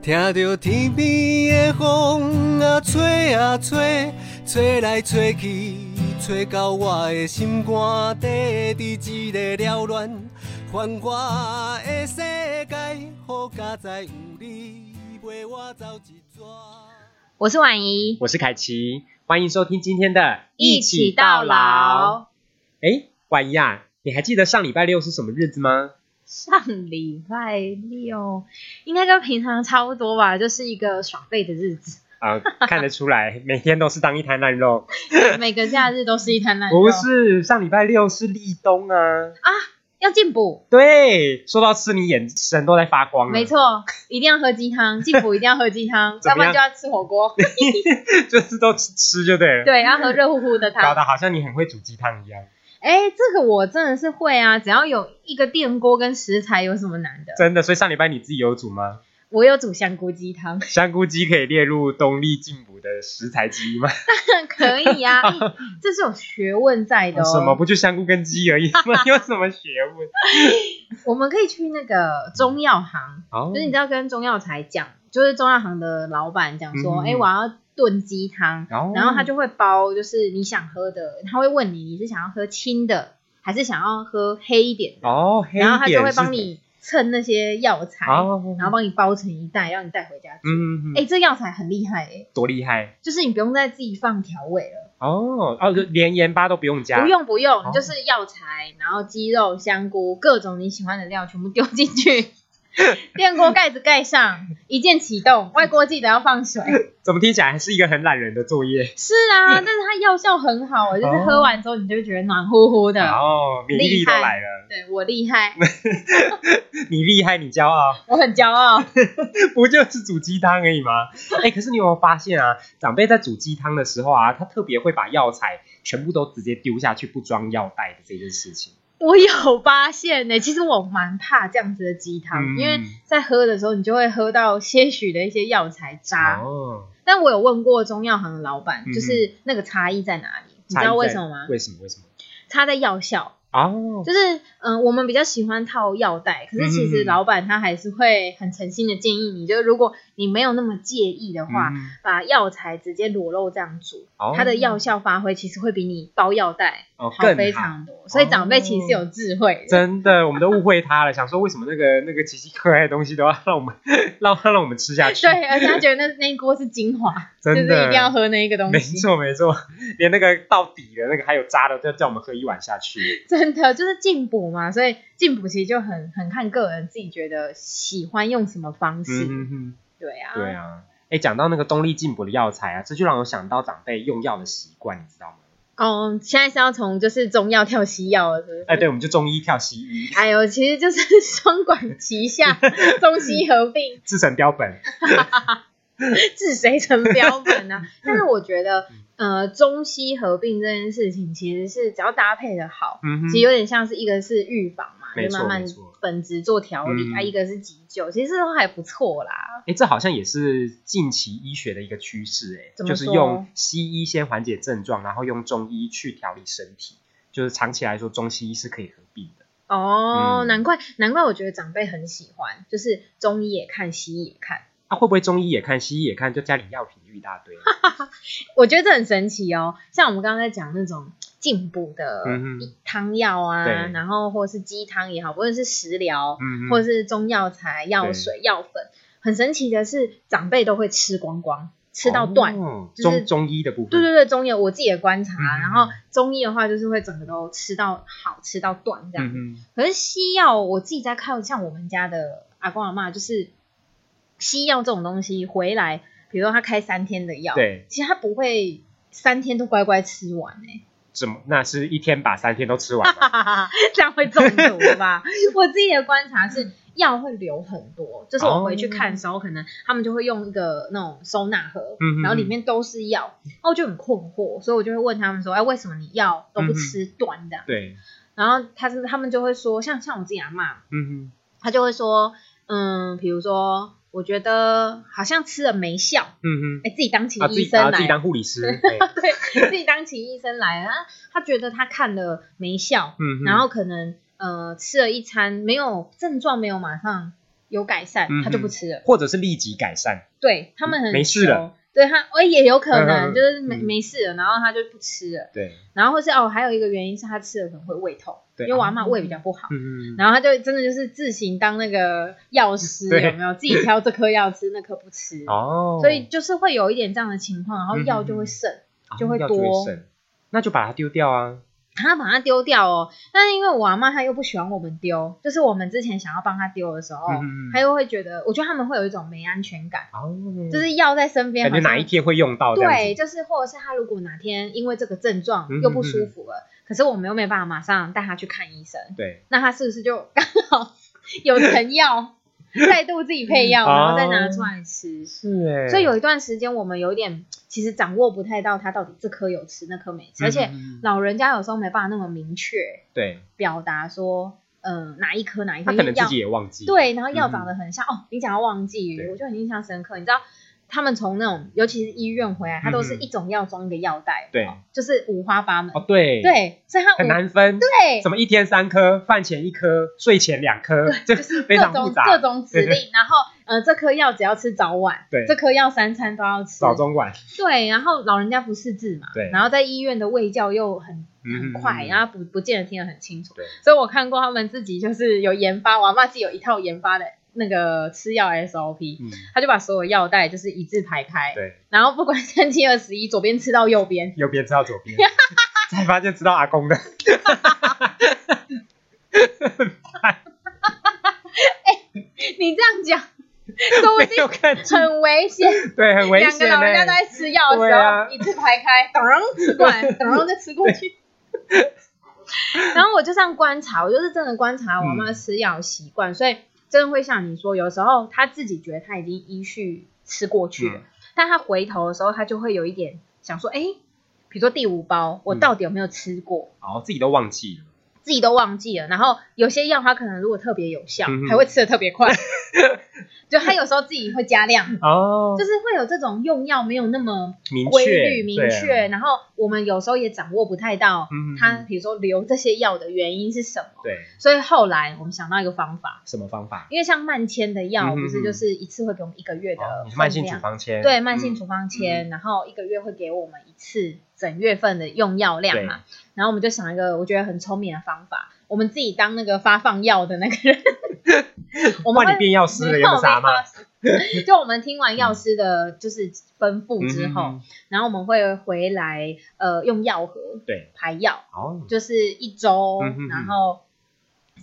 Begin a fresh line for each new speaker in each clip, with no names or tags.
听着天边的风啊吹啊吹，吹来吹去，吹到我的心肝底，伫一个缭乱繁华的世界，好佳哉有你陪我走一逝。
我是婉怡，
我是凯奇，欢迎收听今天的《
一起到老。。
哎，婉仪啊，你还记得上礼拜六是什么日子吗？
上礼拜六应该跟平常差不多吧，就是一个耍废的日 子，
啊、看得出来， 每天都是当一滩烂肉。
每个假日都是一滩烂肉。
不是，上礼拜六是立冬啊。
要进补，
对，说到吃，你眼神都在发光了。
没，错，一定要喝鸡 汤，进补一定要喝鸡汤，
怎
要不
么
然
样
就要吃火 锅。
就是都吃吃就对了。，
对，要喝热乎乎的
搞
汤。
得好像你很会煮鸡汤一样。
哎，这个我真的是会啊，只要有一个电锅跟食材，有什么难的？
真的，所以上礼拜你自己有煮吗？
我有煮香菇鸡汤，
香菇鸡可以列入冬令进补的食材之一吗？
可以 啊，哎这是有学问在的哦。
什么？不就香菇跟鸡而已 吗？有什么学问？
我们可以去那个中药行，
哦
就是你知道跟中药材讲，就是中药行的老板讲说，
嗯哦
哎、我要炖鸡汤，
然后
然后他就会包，就是你想喝的，他会问你你是想要喝清的，还是想要喝黑一点的，
哦，黑
然后他就
点
会
是
帮你称那些药材，
哦，
然后帮你包成一袋，让你带回家煮。
嗯，
哎、这药材很厉害哎、
多厉害
就是你不用再自己放调味了，
哦哦，就连盐巴都不用加，
不用不用，
哦
你就是药材，然后鸡肉、香菇，各种你喜欢的料全部丢进 去，电锅盖子盖上，一键启动。外锅记得要放水。
怎么听起来还是一个很懒人的作业？
是 啊，但是它药效很好，欸就是喝完之后你就会觉得暖乎乎的。
哦，免疫力都
厉害
来了，
对我厉害，
你厉害，你骄傲，
我很骄 傲。
不就是煮鸡汤而已吗？哎，可是你有没有发现啊，长辈在煮鸡汤的时候啊，他特别会把药材全部都直接丢下去，不装药袋的这件事情。
我有发现呢、其实我蛮怕这样子的鸡汤，
嗯
因为在喝的时候你就会喝到些许的一些药材渣。
哦，
但我有问过中药行的老板，
嗯
就是那个差异在哪里？你
差
知
异
道为
在
什么吗？
为什么？为什么？
差在药效。
哦，
就是嗯、呃我们比较喜欢套药袋，可是其实
嗯
老板他还是会很诚心的建议你，就是如果你没有那么介意的话，
嗯
把药材直接裸露这样煮，
哦
它的药效发挥其实会比你包药袋
哦
好
更
非
好。哦
常多，所以长辈其实是有智慧 的。
真的，我们都误会他了，想说为什么那个那个奇奇怪怪的东西都要让我们让让我们吃下去？
对，而且他觉得那那一锅是精华， 就
真
是
的
一定要喝那一个东
没
西。
错没错，连那个到底的那个还有渣的，都要叫我们喝一碗 下去。
真的就是进补嘛，所以进补其实就很很看个人自己觉得喜欢用什么方式。
嗯
对啊，
哼，对啊。哎，讲到那个东力进补的药材啊，这就让我想到长辈用药的习惯，你知道吗？
哦，现在是要从就是中药跳西药了，是不是？
哎，对，我们就中医跳西医，
哎呦，其实就是 双管齐 下，中西合并，
制成标本。
治谁成标本 啊！但是我觉得，
嗯
呃，中西合并这件事情其实是只要搭配的好，
嗯哼
其实有点像是一个是预防嘛，
没
就
错
慢慢
没错
本质做调理，
嗯
啊，一个是急救，其实都还不错啦。
哎，这好像也是近期医学的一个趋势，哎，
怎么
就是
说
用西医先缓解症状，然后用中医去调理身体，就是长期来说，中西医是可以合并的。
哦，
嗯
难怪难怪，我觉得长辈很喜欢，就是中医也看，西医也看，
啊，会不会中医也看，西医也看，就家里药品就一大堆？
我觉得这很神奇哦。像我们刚刚在讲那种进补的
嗯哼
汤药啊，
对
然后或是鸡汤也好，不论是食疗，
嗯
或
嗯，
是中药材、药水、药粉。很神奇的是，长辈都会吃光光，吃到断。
哦
就是
中中医的部分，
对对对，中医我自己的观察，
嗯
然后中医的话就是会整个都吃到好，吃到断这样。
嗯嗯，
可是西药我自己在看，像我们家的阿公阿妈，就是西药这种东西回来，比如说他开三天的药，
对，
其实他不会三天都乖乖吃完 哎、
怎么？那是一天把三天都吃完 吗？
哈哈哈，这样会中毒 吧？我自己的观察是，药会留很多，就是我回去看的时候，可能他们就会用一个那种收纳盒，
嗯嗯嗯
然后里面都是药，然后我就很困惑，所以我就会问他们说，哎，为什么你药都不吃断的？
嗯对，
然后他是他们就会说，像像我自己阿妈，
嗯
她就会说，嗯，比如说，我觉得好像吃了没效，
嗯嗯
哎，自己当起
嗯，啊自
医
己
生
啊
来
自己当护 理师，对，
对，自己当起医生来，啊，他觉得他看了没效，
嗯，嗯
然后可能呃吃了一餐没有症状，没有马上有改善
嗯，
他就不吃了。
或者是立即改善。
对他们很
没事了
熟，对他，哎、也有可
嗯嗯嗯
能就是没、
嗯
没事了，然后他就不吃了。
对，
然后或是哦，还有一个原因是他吃了可能会胃痛，
对啊
因为我阿妈胃比较不好。
嗯，
然后他就真的就是自行当那个药师，
对
有没有？自己挑这颗药吃，那颗不吃，
哦，嗯
所以就是会有一点这样的情况，然后药就会剩，
啊
就会
要注意
多
省那就把它丢掉啊。
他把它丢掉哦。但是因为我阿妈她又不喜欢我们丢，就是我们之前想要帮她丢的时候，
嗯嗯嗯
她又会觉得，我觉得他们会有一种没安全感，
哦，
就是药在身边，
感觉哪一。天会用到这样子
对，就是或者是他如果哪天因为这个症状
嗯嗯
又不舒服了，可是我们又没办法马上带他去看医生，
对，
那他是不是就刚好有成 药，再度自己配药，然后再拿出来吃？
是哎，
所以有一段时间我们有点其实掌握不太到他到底这颗有吃那颗没吃，而且
嗯嗯嗯
老人家有时候没办法那么明确
对，
表达说，嗯、哪一颗哪一颗
他可能自
药
己也忘记。，
对，然后药
嗯
长得很像、哦。你讲到忘记
对
语，我就很印象深刻。你知道他们从那种尤其是医院回来，他都是
嗯嗯
一种药装一个药袋，
对
哦就是五花八门。
哦对，，
对，所以他
很
五
难分。
对
什么一天三颗，饭前一颗，睡前两颗，这个非
各
常复
种
杂。
各种指
对对
令，然后呃，这颗药只要吃早晚，
对
这颗药三餐都要吃，
早中晚，
对，然后老人家不识字嘛，
对
然后在医院的喂教又很
嗯
很快，然后不不见得听得很清楚
对，
所以我看过他们自己就是有研发，我阿妈自己有一套研发的那个吃药 SOP，
嗯，
他就把所有药袋就是一字排开，
对，
然后不管三七二十一，左边吃到右边，
右边吃到左边， 才发现吃到阿公的，
你这样讲， 说不
没
定
有看清，
很危险。
对，很危
两个
险欸
老人家都
嘞。
在吃药的时
对
候，
啊
一字排开，噔吃过 来，噔再吃过去。 然后我就这样观察，我就是真的观察我妈吃药的习惯，所以真的会像你说，有时候她自己觉得她已经依序吃过去了，
嗯
但她回头的时候，她就会有一点想说，哎，比如说第五包，我到底有没有吃过？
哦，自己都忘记了，
自己都忘记了，然后有些药它可能如果特别有效，
嗯哼
还会吃的特别快，就她有时候自己会加量，
哦，
就是会有这种用药没有那么
明
规
确
律明
对啊
确，然后我们有时候也掌握不太到
嗯嗯
他
嗯
比如说留这些药的原因是什么，
对，
所以后来我们想到一个方法，
什么方法？
因为像慢签的
嗯
药
嗯嗯
不是就是一次会给我们一个月的
哦你是
分
慢性处
量，
方签，
对，慢性
嗯
处方签，然后一个月会给我们一次整月份的用药量嘛，然后我们就想一个我觉得很聪明的方法，我们自己当那个发放药的那个 人，我们
换
会
你变药师了，有个啥嘛？
没错就我们听完药师的就是吩咐之后，
嗯，
然后我们会回来呃用药盒
对，
排药，
哦，
就是一周，
嗯哼哼
然后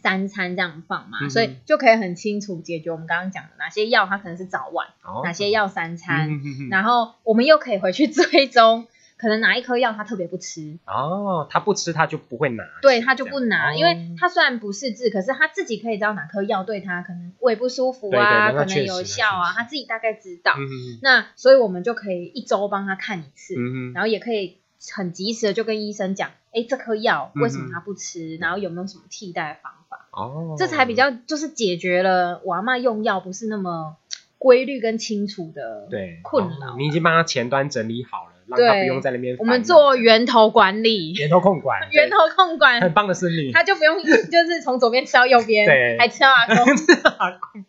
三餐这样放嘛，
嗯哼
所以就可以很清楚解决我们刚刚讲的哪些药它可能是早晚，
哦
哪些药三餐，
嗯嗯嗯嗯
然后我们又可以回去 追踪，可能哪一颗药它特别不吃。
哦，他不吃他就不会拿，
对他就不拿，
这样哦
因为他虽然不识字，可是他自己可以知道哪颗药对他可能胃不舒服
对对那
啊，
那
可
确
能
实
有
那
效
确
啊，
实
他自己大概知道。
嗯
那所以我们就可以一周帮他看一次，
嗯嗯，
然后也可以很及时的就跟医生讲，哎，这颗药
嗯
为什么他不吃，然后有没有什么替代的方法，
哦，
这才比较就是解决了我阿妈用药不是那么规律跟清楚的。，
对
困扰
哦你已经帮他前端整理好了，让他
对
不用在那边烦恼。
我们做源头管理，
源头 控管，对
源头控
很
管，
棒的孙女，
他就不用 就是从左边吃到右
对
边，还吃到阿公。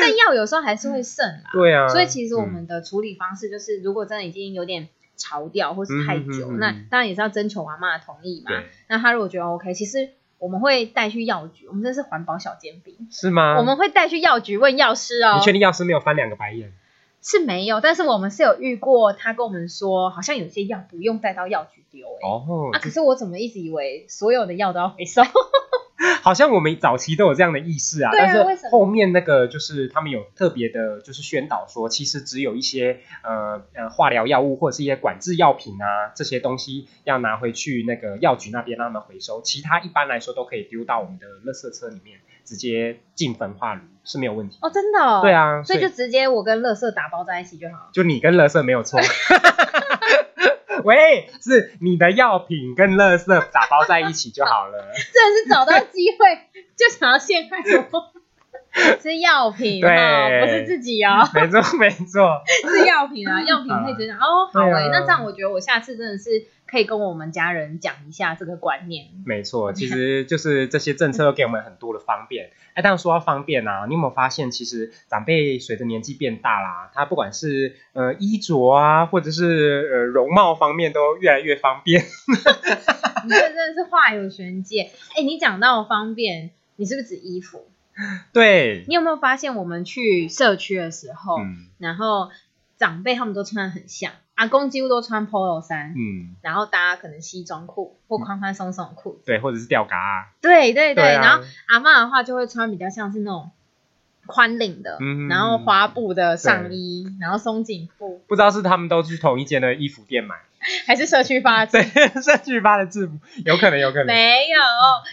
但药有时候还是会剩啦，
对啊，
所以其实我们的处理方式就是，如果真的已经有点潮掉或是太久，
嗯嗯嗯嗯
那当然也是要征求阿妈的同意
嗯
嘛。
对
那他如果觉得 OK，其实我们会带去药局，我们这是环保小煎饼，
是吗？
我们会带去药局问药师哦
嗯你，确定药师没有翻两个白眼？
是没有，但是我们是有遇过，他跟我们说好像有些药不用带到药局丢、欸，
哦
啊，，可是我怎么一直以为所有的药都要回收？
好像我们早期都有这样的意识啊，
对啊
但
为
是
什么
后面那个就是他们有特别的，就是宣导说，其实只有一些呃呃化疗药物或者是一些管制药品啊这些东西要拿回去那个药局那边让他们回收，其他一般来说都可以丢到我们的垃圾车里面，直接进焚化炉是没有问题。
哦，真的、哦，
对，啊，
所以就直接我跟乐色打包在一起就好了。
就你跟垃圾没 有错。 喂，是你的药品跟垃圾打包在一起就好了。
真的是找到机会就想要陷害我。是药品哦，
对
不是自己 哦，
没错，没错。
是药品啊，药品可以直接讲哦，好
嗯对啊
诶、那这样我觉得我下次真的是可以跟我们家人讲一下这个观念。
没 错，其实就是这些政策都给我们很多的方便。哎，当然说到方便啊，你有没有发现，其实长辈随着年纪变大啦，他不管是呃衣着啊，或者是呃容貌方面，都越来越方便。
你这真的是话有玄机。哎，你讲到方便，你是不是指衣服？
对，
你有没有发现，我们去社区的时候，
嗯
然后长辈他们都穿的很像，阿公几乎都穿 polo 衫，
嗯，
然后搭可能西装裤或宽宽松松的裤子。
对，或者是吊嘎、啊，
对对对，
嗯对啊
然后阿嬷的话就会穿比较像是那种宽领的，
嗯
然后花布的上衣，然后松紧裤，
不知道是他们都去同一间的衣服店买，
还是社区发
对
展。，
社区发的制服，有可能，有可能，
没有，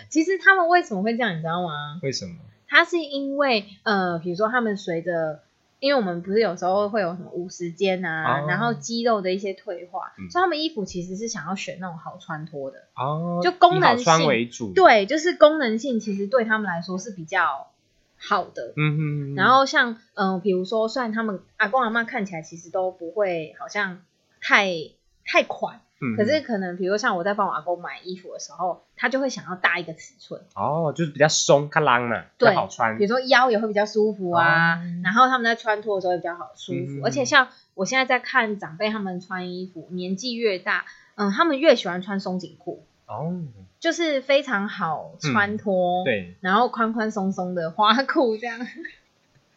其实他们为什么会这样，你知道吗？
为什么？
他是因为呃，比如说他们随着，因为我们不是有时候会有什么五十肩啊，
哦
然后肌肉的一些退化，
嗯
所以他们衣服其实是想要选那种好穿脱的。
哦，
就功能
以好穿
性
为主，，
对，就是功能性其实对他们来说是比较好的。
嗯嗯，
然后像嗯、呃比如说，虽然他们阿公阿妈看起来其实都不会好像太太款，
嗯，
可是可能比如像我在帮我阿公买衣服的时候，他就会想要大一个尺寸，
哦，就是比较松，卡啷呢，比
对
较好穿
比，如说腰也会比较舒服啊，
哦
然后他们在穿脱的时候也比较好舒服。
嗯
而且像我现在在看长辈他们穿衣服，年纪越大，嗯，他们越喜欢穿松紧裤，
哦，
就是非常好穿脱。。
嗯对，
然后宽宽松松的花裤这 样。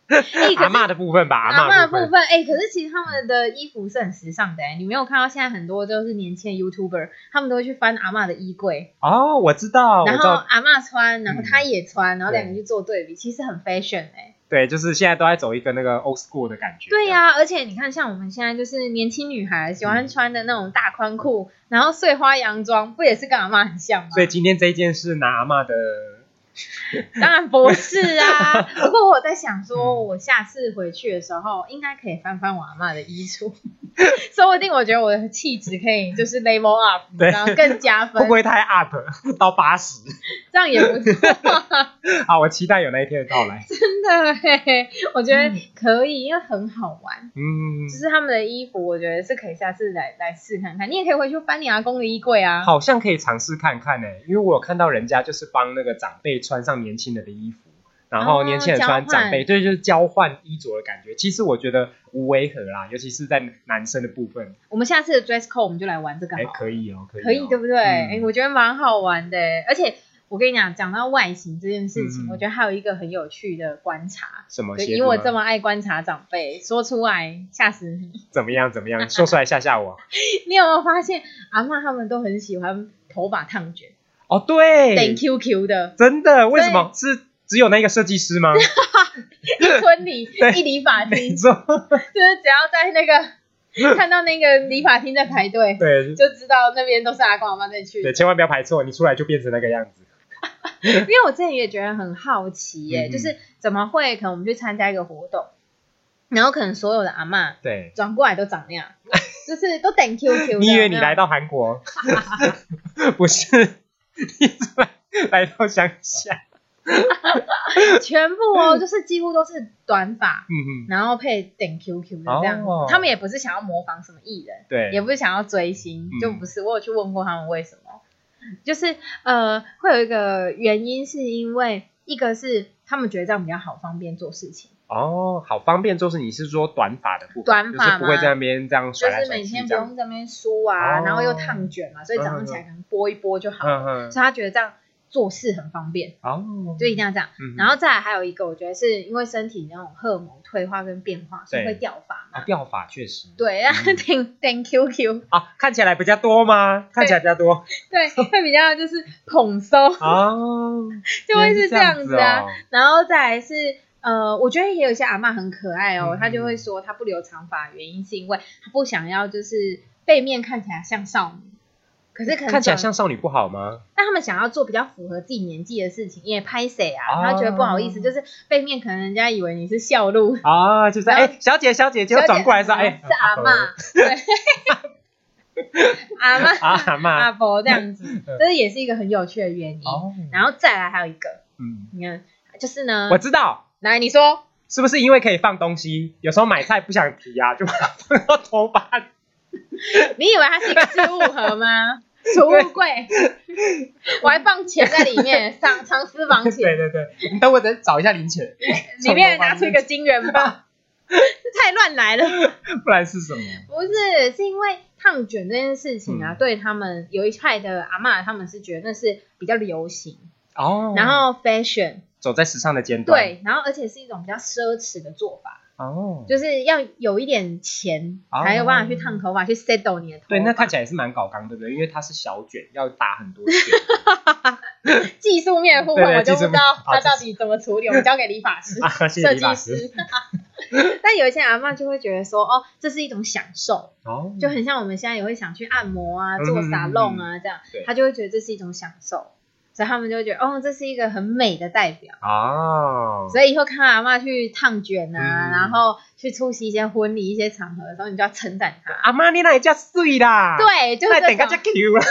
哎
阿嬷的部分吧，
阿
嬷
嬷
的
的部分，哎、可是其实他们的衣服是很时尚的、哎，你没有看到现在很多就是年轻的 YouTuber，他们都会去翻阿嬷的衣柜，
哦，我知道，我
然
知
后
道，
阿嬷穿，然后
嗯
他也穿，然后两个
对
去做对比，其实很 fashion 哎、
对，就是现在都在走一个那个 old school 的感觉。
对呀、而且你看，像我们现在就是年轻女孩喜
嗯
欢穿的那种大宽裤，然后碎花洋装，不也是跟阿嬷很像吗？
所以今天这一件是拿阿嬷的，
当然不是啊。不过我在想说，
嗯
我下次回去的时候，应该可以翻翻我阿嬷的衣橱， 说不定我觉得我的气质可以就是 level up，
对
然后更加
会
分
不，会太 up 到八十？
这样也不 错，
啊，我期待有那一天的到 来。
真的嘿，我觉得可以，因为很好玩。
嗯
就，是他们的衣服，我觉得是可以下次来来试看看。你也可以回去翻你阿公的衣柜啊。
好像可以尝试看看呢、欸因为我有看到人家就是帮那个长辈穿上年轻人的衣服，然后
哦
年轻人穿
交换
长辈，对，就是交换衣着的感觉。其实我觉得无违和啦，尤其是在男生的部分，
我们下次的 dress code 我们就来玩这个好
哎、
了。
可以哦，可以、哦，
可以，对不对？
嗯
哎、我觉得蛮好玩的，而且我跟你讲，讲到外形这件事情，
嗯
我觉得还有一个很有趣的观察。
什么
对，
鞋子
以我
吗
这么爱观察长辈，说出来吓死你！
怎么样怎么样，说出来吓吓我。
你有没有发现阿嬷他们都很喜欢头发烫卷，
哦，对
等 QQ 的，
真的？为什么是只有那个设计 师吗？
一村里
对
一理发厅，
没
就
错，
是只要在那 个看到那个理发厅在排队，
对
就知道那边都是阿公阿妈在去的
对，。千万不要排错，你出来就变成那个样子。
因为我之前也觉得很好奇耶、
嗯嗯
就是怎么会可能我们去参加一个活动，然后可能所有的阿嬷
对，
转过来都长那样，就是都等 QQ。
你以为你来？到韩国， 不是？你怎么来到乡下？
全部
嗯
哦，就是几乎都是短发，
嗯嗯，
然后配等 QQ 的这样。
哦
他们也不是想要模仿什么艺人，
对，
也不是想要追星，
嗯
就不是。我有去问过他们为什么，就是呃，会有一个原因是因为一个是他们觉得这样比较好，方便做事情。
哦，好方便，就是你是说短发的部分，
短发
就是不会
吗
在那边这样
就
甩来
是
甩
每
去
天不
这样。
用在那边梳啊，
哦嗯
然后又烫卷嘛，所以早上起来可能拨一拨就好了。
嗯嗯，
所以他觉得这样做事很方便，
哦，
就一定要这样。
嗯，
然后再来还有一个，我觉得是因为身体那种荷尔蒙退化跟变化，所以
对嗯
会掉发
啊，
嘛。
掉发确实，
对， 然后顶顶 QQ，
啊，看起来比较多吗？看起来比较多
对，会比较就是蓬松，
哦，
就会是这样子啊。
哦，
然后再来是呃，我觉得也有一些阿嬷很可爱哦，
嗯
她就会说她不留长发，原因是因为她不想要就是背面看起来像少女，可是可能
看起来
转
像少女不好吗？
但他们想要做比较符合自己年纪的事情，也拍谁啊？
哦
他觉得不好意思，就是背面可能人家以为你是笑路，
啊，就是
然后嗯
哎、小姐，小姐，结果转过来说，哎、
是阿嬷， 对，阿嬷
啊，阿嗯
阿
妈，
伯这样子，这也是一个很有趣的原因。
哦，
然后再来还有一个，
嗯，
你看，就是呢
我，知道，
来你说，
是不是因为可以放东西？有时候买菜不想提啊，就把它放到头发里。
你以为它是一个置物盒 吗？储物柜，我还放钱在里 面，藏藏私房
对
钱，
对对，你等我再找一下零钱，
里面拿出一个金元宝，这太乱来了。
不然是什么？
不是，是因为烫卷这件事情啊，
嗯
对他们有一派的阿嬷，他们是觉得那是比较流行，
哦，嗯
然后 fashion
走在时尚的尖端，，
对，然后而且是一种比较奢侈的做法，
哦，
就是要有一点钱
哦
才有办法去烫头发，去 settle 你的头发。
对，那看起来也是蛮搞刚，对不对？因为它是小卷，要打很 多卷，
技术面的部分
对对
我就不知
技术面
道
好
他到底怎么处理，我们交给理发师、
啊， 谢谢
设
李老
计
师。
师。 但有一些阿嬷就会觉得说，哦，这是一种享受，
哦，
就很像我们现在也会想去按摩啊、
嗯
做沙龙啊这样
对，
他就会觉得这是一种享受，所以他们就会觉得哦，这是一个很美的代
嗯
表。
哦，
所以以后看到阿嬷去烫卷啊，
嗯
然后去出席一些婚礼、一些场合的时候，你就要称赞她。
阿妈你那也叫碎啦，，
对，就是
啊那等
这
个叫
种。
Q 啦。啊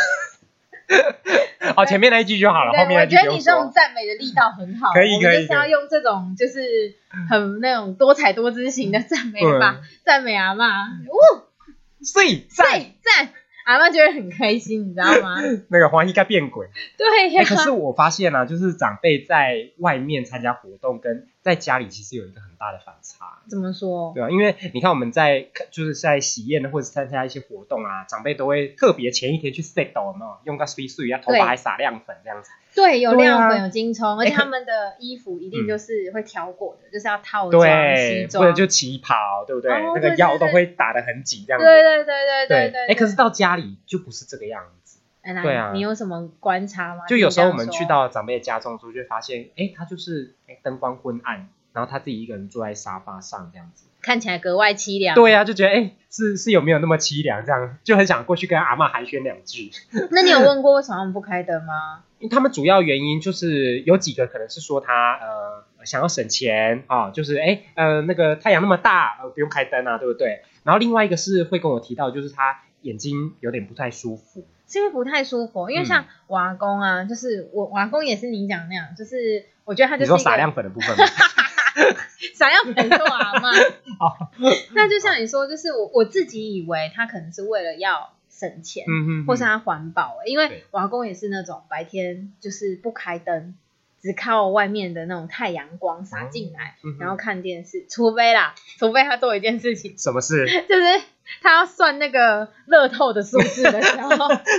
哦，前面那一句就好了，后面
对，
那
我
一句
觉
不
得你
用
这种
说。
赞美的力道很好，
可以
我们
可以
就是要
可以
用这种就是很那种多彩多姿型的赞美吧，赞美阿嬷，哦，
碎嗯赞
赞赞，阿嬷就会很开心，你知道 吗？
那个黄奕该变鬼。
对呀、
哎，可是我发现啊，就是长辈在外面参加活动跟在家里其实有一个很大的反差。
怎么说？
对啊，因为你看我们在就是在喜宴或者是参加一些活动啊，长辈都会特别前一天去 set 有没有用个碎碎啊，头
对
发还撒亮粉这样子。
对，有
对
亮
啊
粉，有金葱，而且
哎可
他们的衣服一定
嗯
就是会挑过的，就是要套装、西
对，
装，
或者就旗袍，对不对？
哦
那
对
个
对
腰都
对
会打得很紧这样子。
对对对对
对
对。
哎，可是到家里就不是这个样子。
哎那
对啊
你有什么观察吗？
就有时候我们
你这
去
样说，
到长辈的家中之后，就会发现，哎，他就是哎灯光昏暗，然后他自己一个人坐在沙发上这样子。
看起来格外凄凉。
对呀、就觉得哎，是是有没有那么凄凉？这样就很想过去跟阿嬷寒暄两句。
那你有问过为什么他们不开灯吗？
因为他们主要原因就是有几个可能是说他呃想要省钱啊、就是哎呃那个太阳那么大，呃不用开灯啊，对不对？然后另外一个是会跟我提到，就是他眼睛有点不太舒服。
是因为不太舒服，因为
嗯
像我阿公啊，就是我我阿公也是你讲那样，就是我觉得他就是
你
一
说
个
撒亮粉的部 分吗？
啥样粉是我阿 妈
哦。
那就像你说，就是我我自己以为他可能是为了要省钱，
嗯嗯，嗯
或是它环保、欸因为
对
瓦工也是那种白天就是不开灯，只靠外面的那种太阳光洒进来，
嗯嗯
然后看电视，除非啦，除非他做一件事情，
什么事？
就是他要算那个乐透的数字的时 候，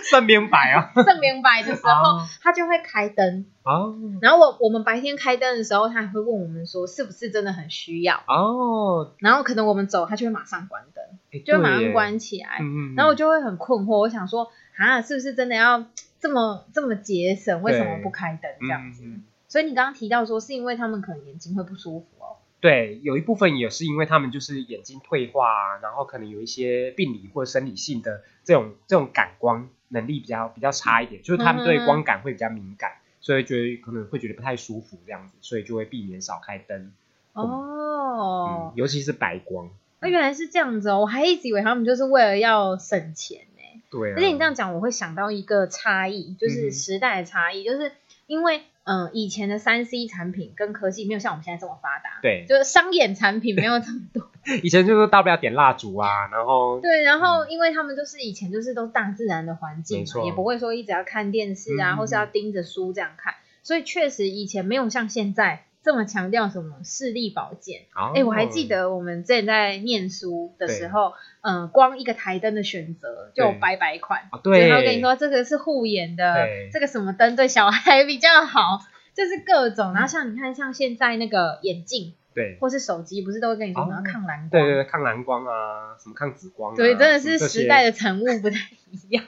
算明白 啊！
正明白的时候，
啊
他就会开灯。
哦
然后我我们白天开灯的时候，他还会问我们说是不是真的很需要，
哦，
然后可能我们走，他就会马上关灯，
哎
就会马
对
上
耶
关起来。
嗯嗯嗯
然后我就会很困惑，我想说啊，是不是真的要这么这么节省？为什么不开灯这样子？
嗯嗯嗯
所以你刚刚提到说，是因为他们可能眼睛会不舒服哦。
对，有一部分也是因为他们就是眼睛退化啊，然后可能有一些病理或生理性的这种这种感光能力比较比较差一点，就是他们
嗯
对光感会比较敏感，所以觉得可能会觉得不太舒服这样子，所以就会避免少开灯，嗯
哦，，
尤其是白光。
那、哦原来是这样子哦，我还一直以为他们就是为了要省钱呢、
对、啊，
而且你这样讲，我会想到一个差异，就是
嗯
时代的差异，就是因为嗯、呃以前的三 C 产品跟科技没有像我们现在这么发达，，
对，
就是商演产品没有这么多。
以前就是大不了点蜡烛啊，然后
对，然后因为他们就是以前就是都是大自然的环境
嗯没
嘛，
错
也不会说一直要看电视啊，
嗯
或是要盯着书这样看，所以确实以前没有像现在这么强调什么视力保健。
哎
哎、我还记得我们之前在念书的时候，嗯、光一个台灯的选择就有
对
百百款，
啊，对，
然后跟你说这个是护眼的
对，
这个什么灯对小孩比较好，就是各种。
嗯
然后像你看，像现在那个眼镜
对。
或是手机，不是都会跟你说
哦
你要抗蓝光？
对对对，抗蓝光啊，什么抗紫光啊，
对，真的
什么
是
这
时
些
代的产物不太一 样。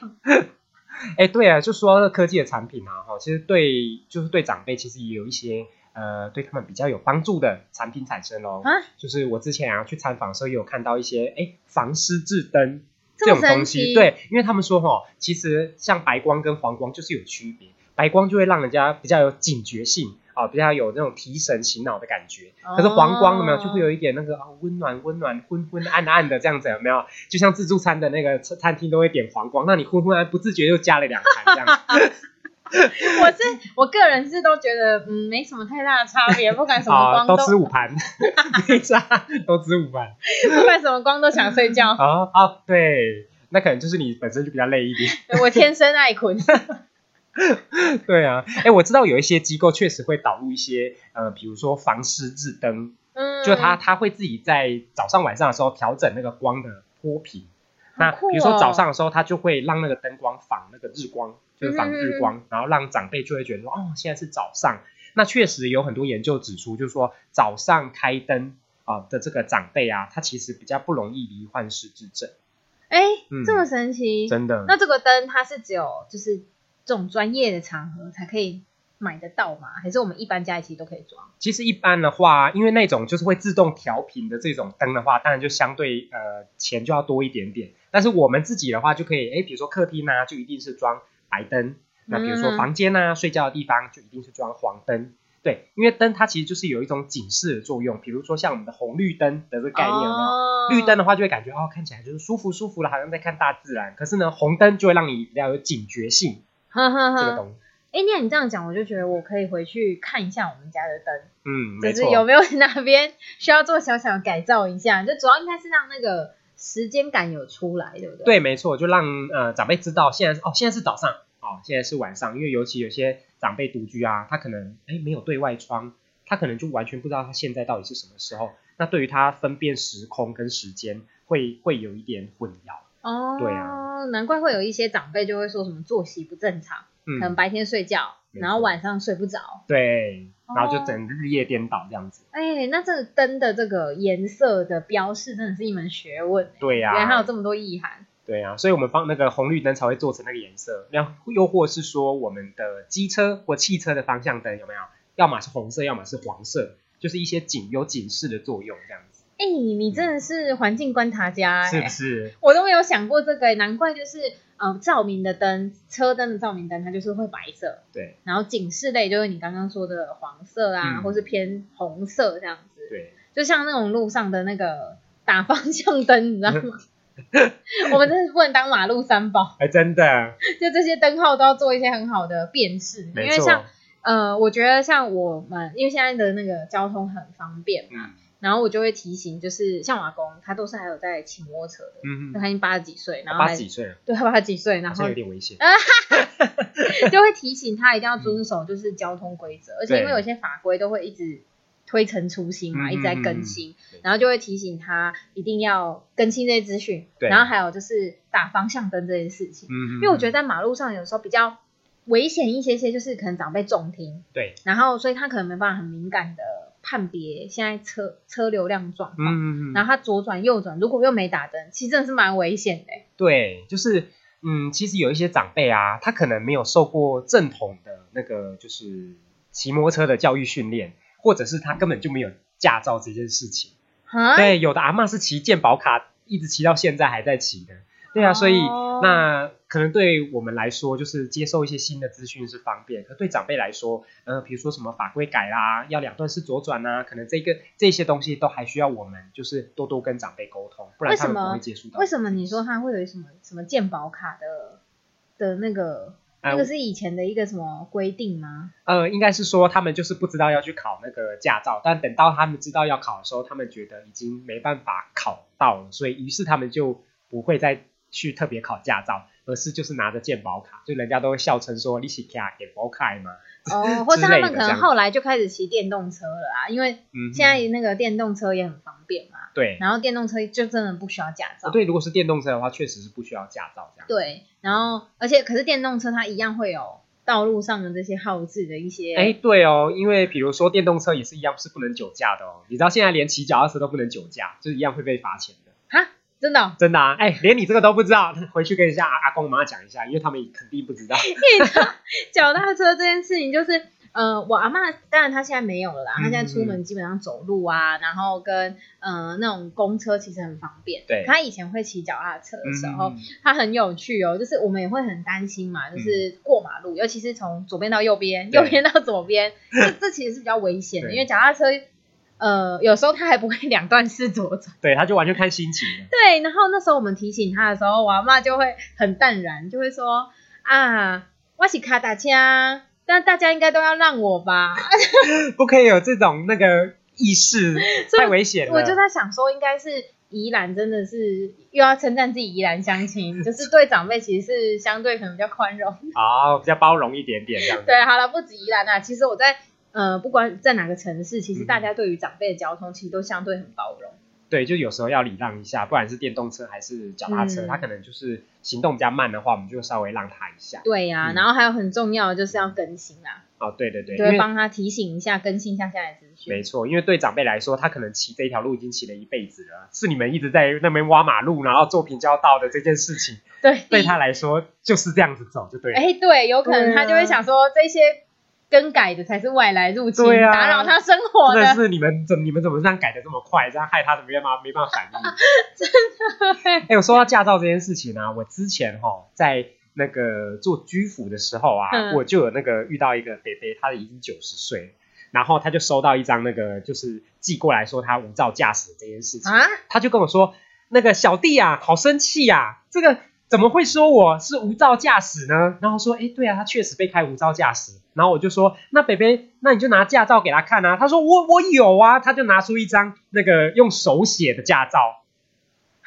哎，对啊，就说到科技的产品啊，哈，其实对就是对长辈其实也有一些呃对他们比较有帮助的产品产生哦。
啊
就是我之前啊去参访的时候，也有看到一些哎防失智灯
这么
种东
神奇
西，对，因为他们说哈、其实像白光跟黄光就是有区别，白光就会让人家比较有警觉性。啊，比较有那种提神醒脑的感觉，可是黄光有没有
哦
就会有一点那个啊温暖温暖昏昏暗暗的这样子有没有？就像自助餐的那个餐餐厅都会点黄光，让你昏昏哎暗不自觉又加了两盘这 样子。
我是我个人是都觉得嗯没什么太大的差别，不管什么
啊，
光
都
都
吃五盘， 没差，都吃五盘。 哦
不管什么光都想睡觉。
啊啊，对。那可能就是你本身就比较累一点。
我天生爱困。
对啊，哎、我知道有一些机构确实会导入一些呃，比如说防湿制灯，
嗯，
就它它会自己在早上晚上的时候调整那个光的波频。那
好酷
比如说
哦嗯
早上的时候，它就会让那个灯光仿那个日光，就是仿日光，然后让长辈就会觉得说，哦，现在是早上。那确实有很多研究指出，就是说早上开灯啊、的这个长辈啊，他其实比较不容易罹患失智症，
哎、
嗯
这么神奇。
真的。
那这个灯它是只有就是这种专业的场合才可以买得到吗？还是我们一般家里其实都可以装？
其实一般的话，因为那种就是会自动调频的这种灯的话，当然就相对呃钱就要多一点点。但是我们自己的话，就可以哎，诶比如说客厅啊，就一定是装白灯；那比如说
嗯
房间啊、睡觉的地方，就一定是装黄灯。对，因为灯它其实就是有一种警示的作用，比如说像我们的红绿灯的这个概念有没有
哦、
绿灯的话就会感觉哦，看起来就是舒服舒服的，好像在看大自然。可是呢，红灯就会让你比呃较有警觉性，
呵呵
这个
呵。
东西。
哎、那你这样讲，我就觉得我可以回去看一下我们家的灯，
嗯，没
就
错
是。有没有 哪边需要做小小的改造一下。就主要应该是让那个时间感有出来，对不对？对。
对，没错，就让呃长辈知道现在是哦，现在是早上哦，现在是晚上，因为尤其有些长辈独居啊，他可能哎没有对外窗，他可能就完全不知道他现在到底是什么时候。那对于他分辨时空跟时间会会有一点混淆，
哦，
对啊
难怪会有一些长辈就会说什么作息不正常，可能
嗯，
白天睡觉，
没
然后
错
晚上睡不着。
对，然后
哦
就整日夜颠倒这样子，
哎、那这个灯的这个颜色的标示真的是一门学问、欸，
对呀、啊
原来它有这么多意涵。
对啊，所以我们放那个红绿灯才会做成那个颜色，然后又或是说我们的机车或汽车的方向灯有没有？要么是红色，要么是黄色，就是一些警有警示的作用这样子，
哎、你真的是环境观察家、欸，
是不是？
我都没有想过这个、欸，难怪就是呃，照明的灯，车灯的照明灯，它就是会白色，
对
然后警示类就是你刚刚说的黄色啊，
嗯
或是偏红色这样子，
对，
就像那种路上的那个打方向灯，你知道 吗？我们真的不能当马路三宝，
哎，真的，
就这些灯号都要做一些很好的辨识，因
没
为
错
像。呃，我觉得像我们，因为现在的那个交通很方便嘛，
嗯
然后我就会提醒，就是像我阿公，他都是还有在骑摩托车的，
嗯
他已经八十几岁，然后
八
还
十几岁了，
对，他八十几岁，然
好
后
像有点危险。
就会提醒他一定要遵守
嗯
就是交通规则，而且因为有些法规都会一直推陈出新嘛，
嗯
一直在更新，然后就会提醒他一定要更新这些资讯，
对
然后还有就是打方向灯这件事情，
嗯，
因为我觉得
得
在马路上有时候比较危险一些些，就是可能长辈重听。
对，
然后所以他可能没办法很敏感的判别现在车车流量状况。
嗯，
然后他左转右转，如果又没打灯，其实真的是蛮危险的欸。
对，就是嗯，其实有一些长辈啊，他可能没有受过正统的那个就是骑摩托车的教育训练，或者是他根本就没有驾照这件事情。
啊，
对，有的阿嬷是骑健保卡，一直骑到现在还在骑的。对啊，所以、
哦
那可能对我们来说，就是接受一些新的资讯是方便，可对长辈来说，呃，比如说什么法规改啦，要两段式左转啊啦、可能这个这些东西都还需要我们就是多多跟长辈沟通，不然
为什
他们不
么
会接触到。
为什么你说他会有什么什么健保卡的的那个？
呃
那个是以前的一个什么规定吗？
呃，应该是说他们就是不知道要去考那个驾照，但等到他们知道要考的时候，他们觉得已经没办法考到了，所以于是他们就不会再去特别考驾照，而是就是拿着健保卡，就人家都会笑称说你是卡给保卡嘛，
哦，或者
之
他
类的
们可
这
能
样
后来就开始骑电动车了啊，因为
嗯哼，
现在那个电动车也很方便嘛，
对。
然后电动车就真的不需要驾照
哦。对，如果是电动车的话，确实是不需要驾照这样。
对，然后而且可是电动车它一样会有道路上的这些耗资的一些，
哎，对哦，因为比如说电动车也是一样，是不能酒驾的哦。你知道现在连骑脚踏车都不能酒驾，就是一样会被罚钱的。
哈，真的、哦，
真的啊，哎，连你这个都不知道，回去跟一下阿阿公妈讲一下，因为他们肯定不知道。
脚踏车这件事情就是，呃，我阿嬷当然她现在没有了
嗯
啦，她现在出门基本上走路啊，然后跟呃那种公车其实很方便。
对
她以前会骑脚踏车的时候，
嗯
她很有趣哦，就是我们也会很担心嘛，就是过马路，尤其是从左边到右边，
对
右边到左 边，这这其实是比较危险的，
对
因为脚踏车。呃，有时候它还不会两段式左转，
对，他就完全看心情 了。
对，然后那时候我们提醒他的时候，我阿妈就会很淡然，就会说啊，我是卡达车，但大家应该都要让我吧。
不可以有这种那个意识，太危险了。啊
我就在想说，应该是。宜兰真的是又要称赞自己宜兰乡亲，就是对长辈其实是相对可能比较宽容。
好，比较包容一点点这样子。
对，好了，不止宜兰啊，其实我在呃不管在哪个城市，其实大家对于长辈的交通其实都相对很包容。
嗯对，啊就有时候要礼让一下，不然是电动车还是脚踏车，
嗯
它可能就是行动比较慢的话，我们就稍微让它一下。
对呀、
嗯
然后还有很重要的就是要更新啦，
哦，对对对，
就
因
会
为
帮他提醒一下，更新一下现在的资
没
讯。
错，因为对长辈来说，他可能骑这一条路已经骑了一辈子了，是你们一直在那边挖马路，然后做平交道的这件事情，
对，
对他来说就是这样子走就对了。
哎，对，有可
对
能
啊
他就会想说，这些更改的才是外来入侵，
对啊
打扰他生活
真
的
的。是你们怎你们怎么这样改的这么快，这样害他怎么样吗？没办 法反应。真的。哎，我说到驾照这件事情啊，我之前哈、在那个做居服的时候啊，
嗯
我就有那个遇到一个北北，他已经九十岁了，然后他就收到一张那个就是寄过来说他无照驾驶这件事情，
啊，
他就跟我说那个小弟啊，好生气呀、这个。怎么会说我是无照驾驶呢？然后说，哎，对啊，他确实被开无照驾驶。然后我就说，那北北，那你就拿驾照给他看啊。他说，我我有啊。他就拿出一张那个用手写的驾照，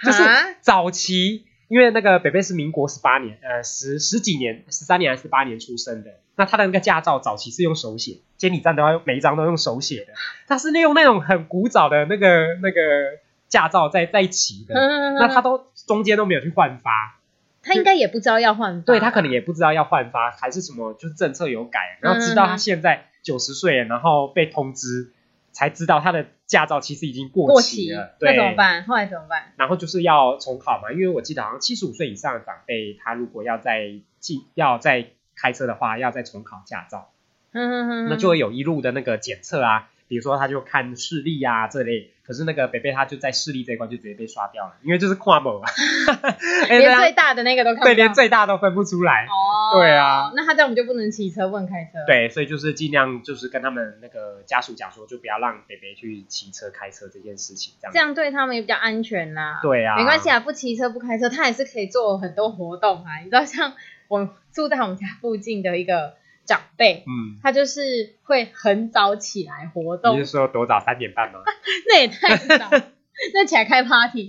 就是
啊
早期，因为那个北北是民国十八年，呃，十十几年，十三年还是十八年出生的，那他的那个驾照早期是用手写，监理站都要用每一张都用手写的，他是利用那种很古早的那个那个驾照在在骑的，
嗯，
那他都中间都没有去换发，
他应该也不知道要换发，
对他可能也不知道要换发还是什么，就是政策有改，然后直到他现在九十岁了，然后被通知才知道他的驾照其实已经
过
过
期
期了，
那
对。
怎么办？后来怎么办？
然后就是要重考嘛，因为我记得好像七十五岁以上的长辈，他如果要再进要再开车的话，要再重考驾照，
嗯，
那就会有一路的那个检测啊，比如说他就看视力啊这类，可是那个北北他就在视力这一关就直接被刷掉了，因为就是跨某啊， 哎
连
那
最
样
大的那个都看不到，
对连最大都分不出来，
哦，
对啊，
那他这样我们就不能骑车，不能开车，，
对，所以就是尽量就是跟他们那个家属讲说，就不要让北北去骑车开车这件事情，这样
这样对他们也比较安全啦。
对啊，
没关系啊，不骑车不开车，他也是可以做很多活动啊。你知道，像我住在我们家附近的一个长辈，
嗯。
他就是会很早起来活
你
动
是，说多早三点半吗？
那也太早， 那起来开 party，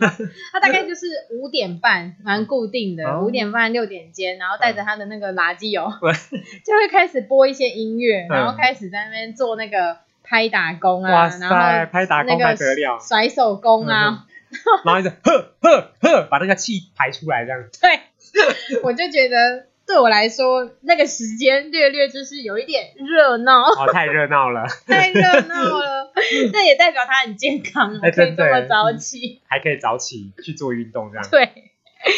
他大概就是五点半，蛮固定的，
哦
五点半六点间，然后带着他的那个垃圾油，就会开始播一些音乐，然后开始在那边做那个拍打工啊，
嗯哇
然后
塞，拍打
那
工还
个
得了！嗯
甩手工啊，
然后一直呵呵呵，把那个气排出来，这样
对， 我就觉得对我来说，那个时间略略就是有一点热闹，
哦，太热闹了，
太热闹 了。那也代表他很健康，啊
哎
可以
真
这
的
么早起。
还可以早起去做运动，这样
对，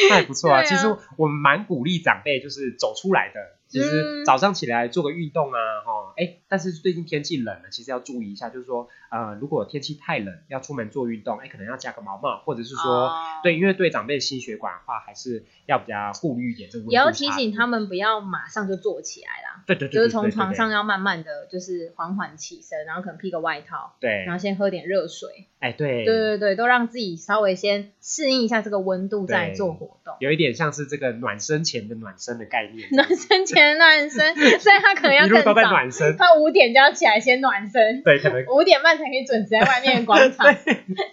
那也不错啊。
对啊
其实我们蛮鼓励长辈就是走出来的，其实
嗯
早上起来做个运动啊，哈，哎，但是最近天气冷了，其实要注意一下，就是说，呃，如果天气太冷，要出门做运动，哎，可能要加个毛毛，或者是说，
哦
对，因为对长辈的心血管的话，还是要比较顾虑一点，这个温
也要
度
提
差
醒
异
他，们不要马上就坐起来啦，
对对对，
就是
对
从床，上
对
要慢慢的就是缓缓起身，然后可能披个外套，
对
然
对，
后先喝点热水。
哎，
对对对，都让自己稍微先适应一下这个温度，
对
再做活动。
有一点像是这个暖身前的暖身的概念，
暖身前暖身，所以他可能要
一
更
路
早
都。在暖身，
他五点就要起来先暖身，
对，可能
五点半才可以准时在外面的广场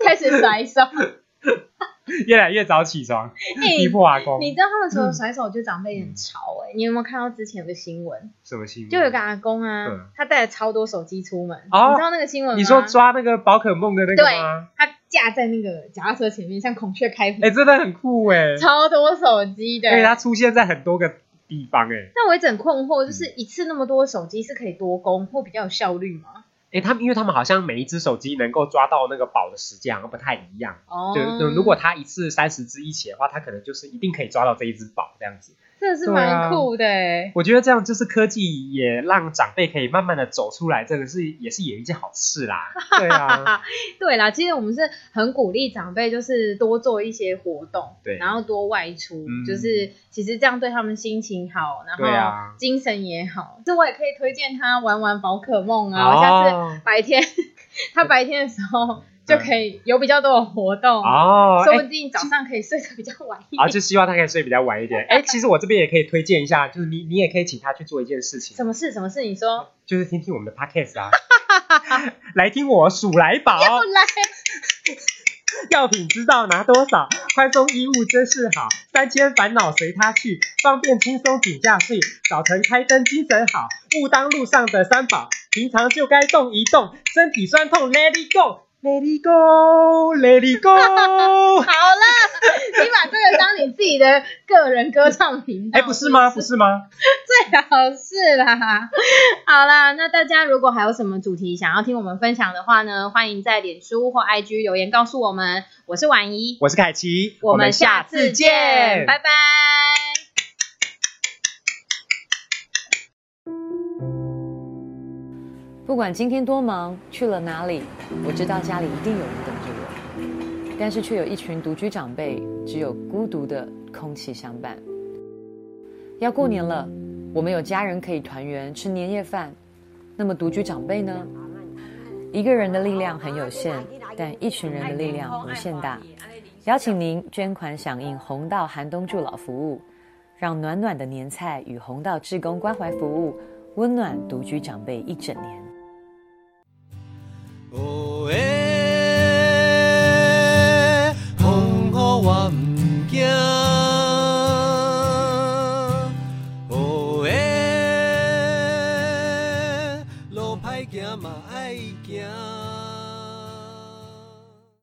开始甩手。
越来越早起床，啊
哎、
逼迫阿公。
你知道他们
嗯
除了甩手，我觉得长辈很潮哎、你有没有看到之前有个新闻，
什么新闻？
就有个阿公啊
嗯，
他带了超多手机出门，
哦
你知道那个新闻吗？
你说抓那个宝可梦的那个吗？
他架在那个脚踏车前面，像孔雀开屏，
哎、真的很酷哎、
超多手机的。
而且它出现在很多个地方哎、
但我一直很困惑，
嗯
就是一次那么多手机是可以多供或比较有效率吗？
哎、他们因为他们好像每一只手机能够抓到那个宝的时间好像不太一样。
哦，
就就如果他一次三十只一起的话，他可能就是一定可以抓到这一只宝这样子。
真的是
对
蛮
啊
酷的哎、
我觉得这样就是科技也让长辈可以慢慢的走出来，这个是也是有一件好事 啦。对啊，
对啦，其实我们是很鼓励长辈，就是多做一些活动，
对
然后多外出，
嗯
就是其实这样对他们心情好，然
对
后
啊
精神也好。这、我也可以推荐他玩玩宝可梦啊，下
哦
次白天 他白天的时候就可以有比较多的活动，
哦，
说
哎
不定早上可以睡得比较晚一点。
啊，就希望他可以睡比较晚一点。哎、其实我这边也可以推荐一下，就是你你也可以请他去做一件事情
什，么事？什么事？你说
就是听听我们 的 podcast 啊，来听我数来宝，
后来
药品知道拿多少，宽松衣物真是好，三千烦恼随他去，方便轻松请假睡，早晨开灯精神好，勿当路上的三宝，平常就该动一动，身体酸痛 Let it go，Let it go，Let it go
好。 了，你把这个当你自己的个人歌唱频道，
哎，不是吗？不是吗？
最好是啦。好啦，那大家如果还有什么主题想要听我们分享的话呢，欢迎在脸书或 IG 留言告诉我们。我是婉怡，
我是凯奇，
我们下次见，拜拜。
不管今天多忙，去了哪里，我知道家里一定有人等着我，但是却有一群独居长辈，只有孤独的空气相伴。要过年了，我们有家人可以团圆吃年夜饭，那么独居长辈呢？一个人的力量很有限，但一群人的力量无限大。邀请您捐款响应红道寒冬助老服务，让暖暖的年菜与红道志工关怀服务温暖独居长辈一整年。
哦耶，风雨我毋惊。哦耶，路歹行嘛爱行。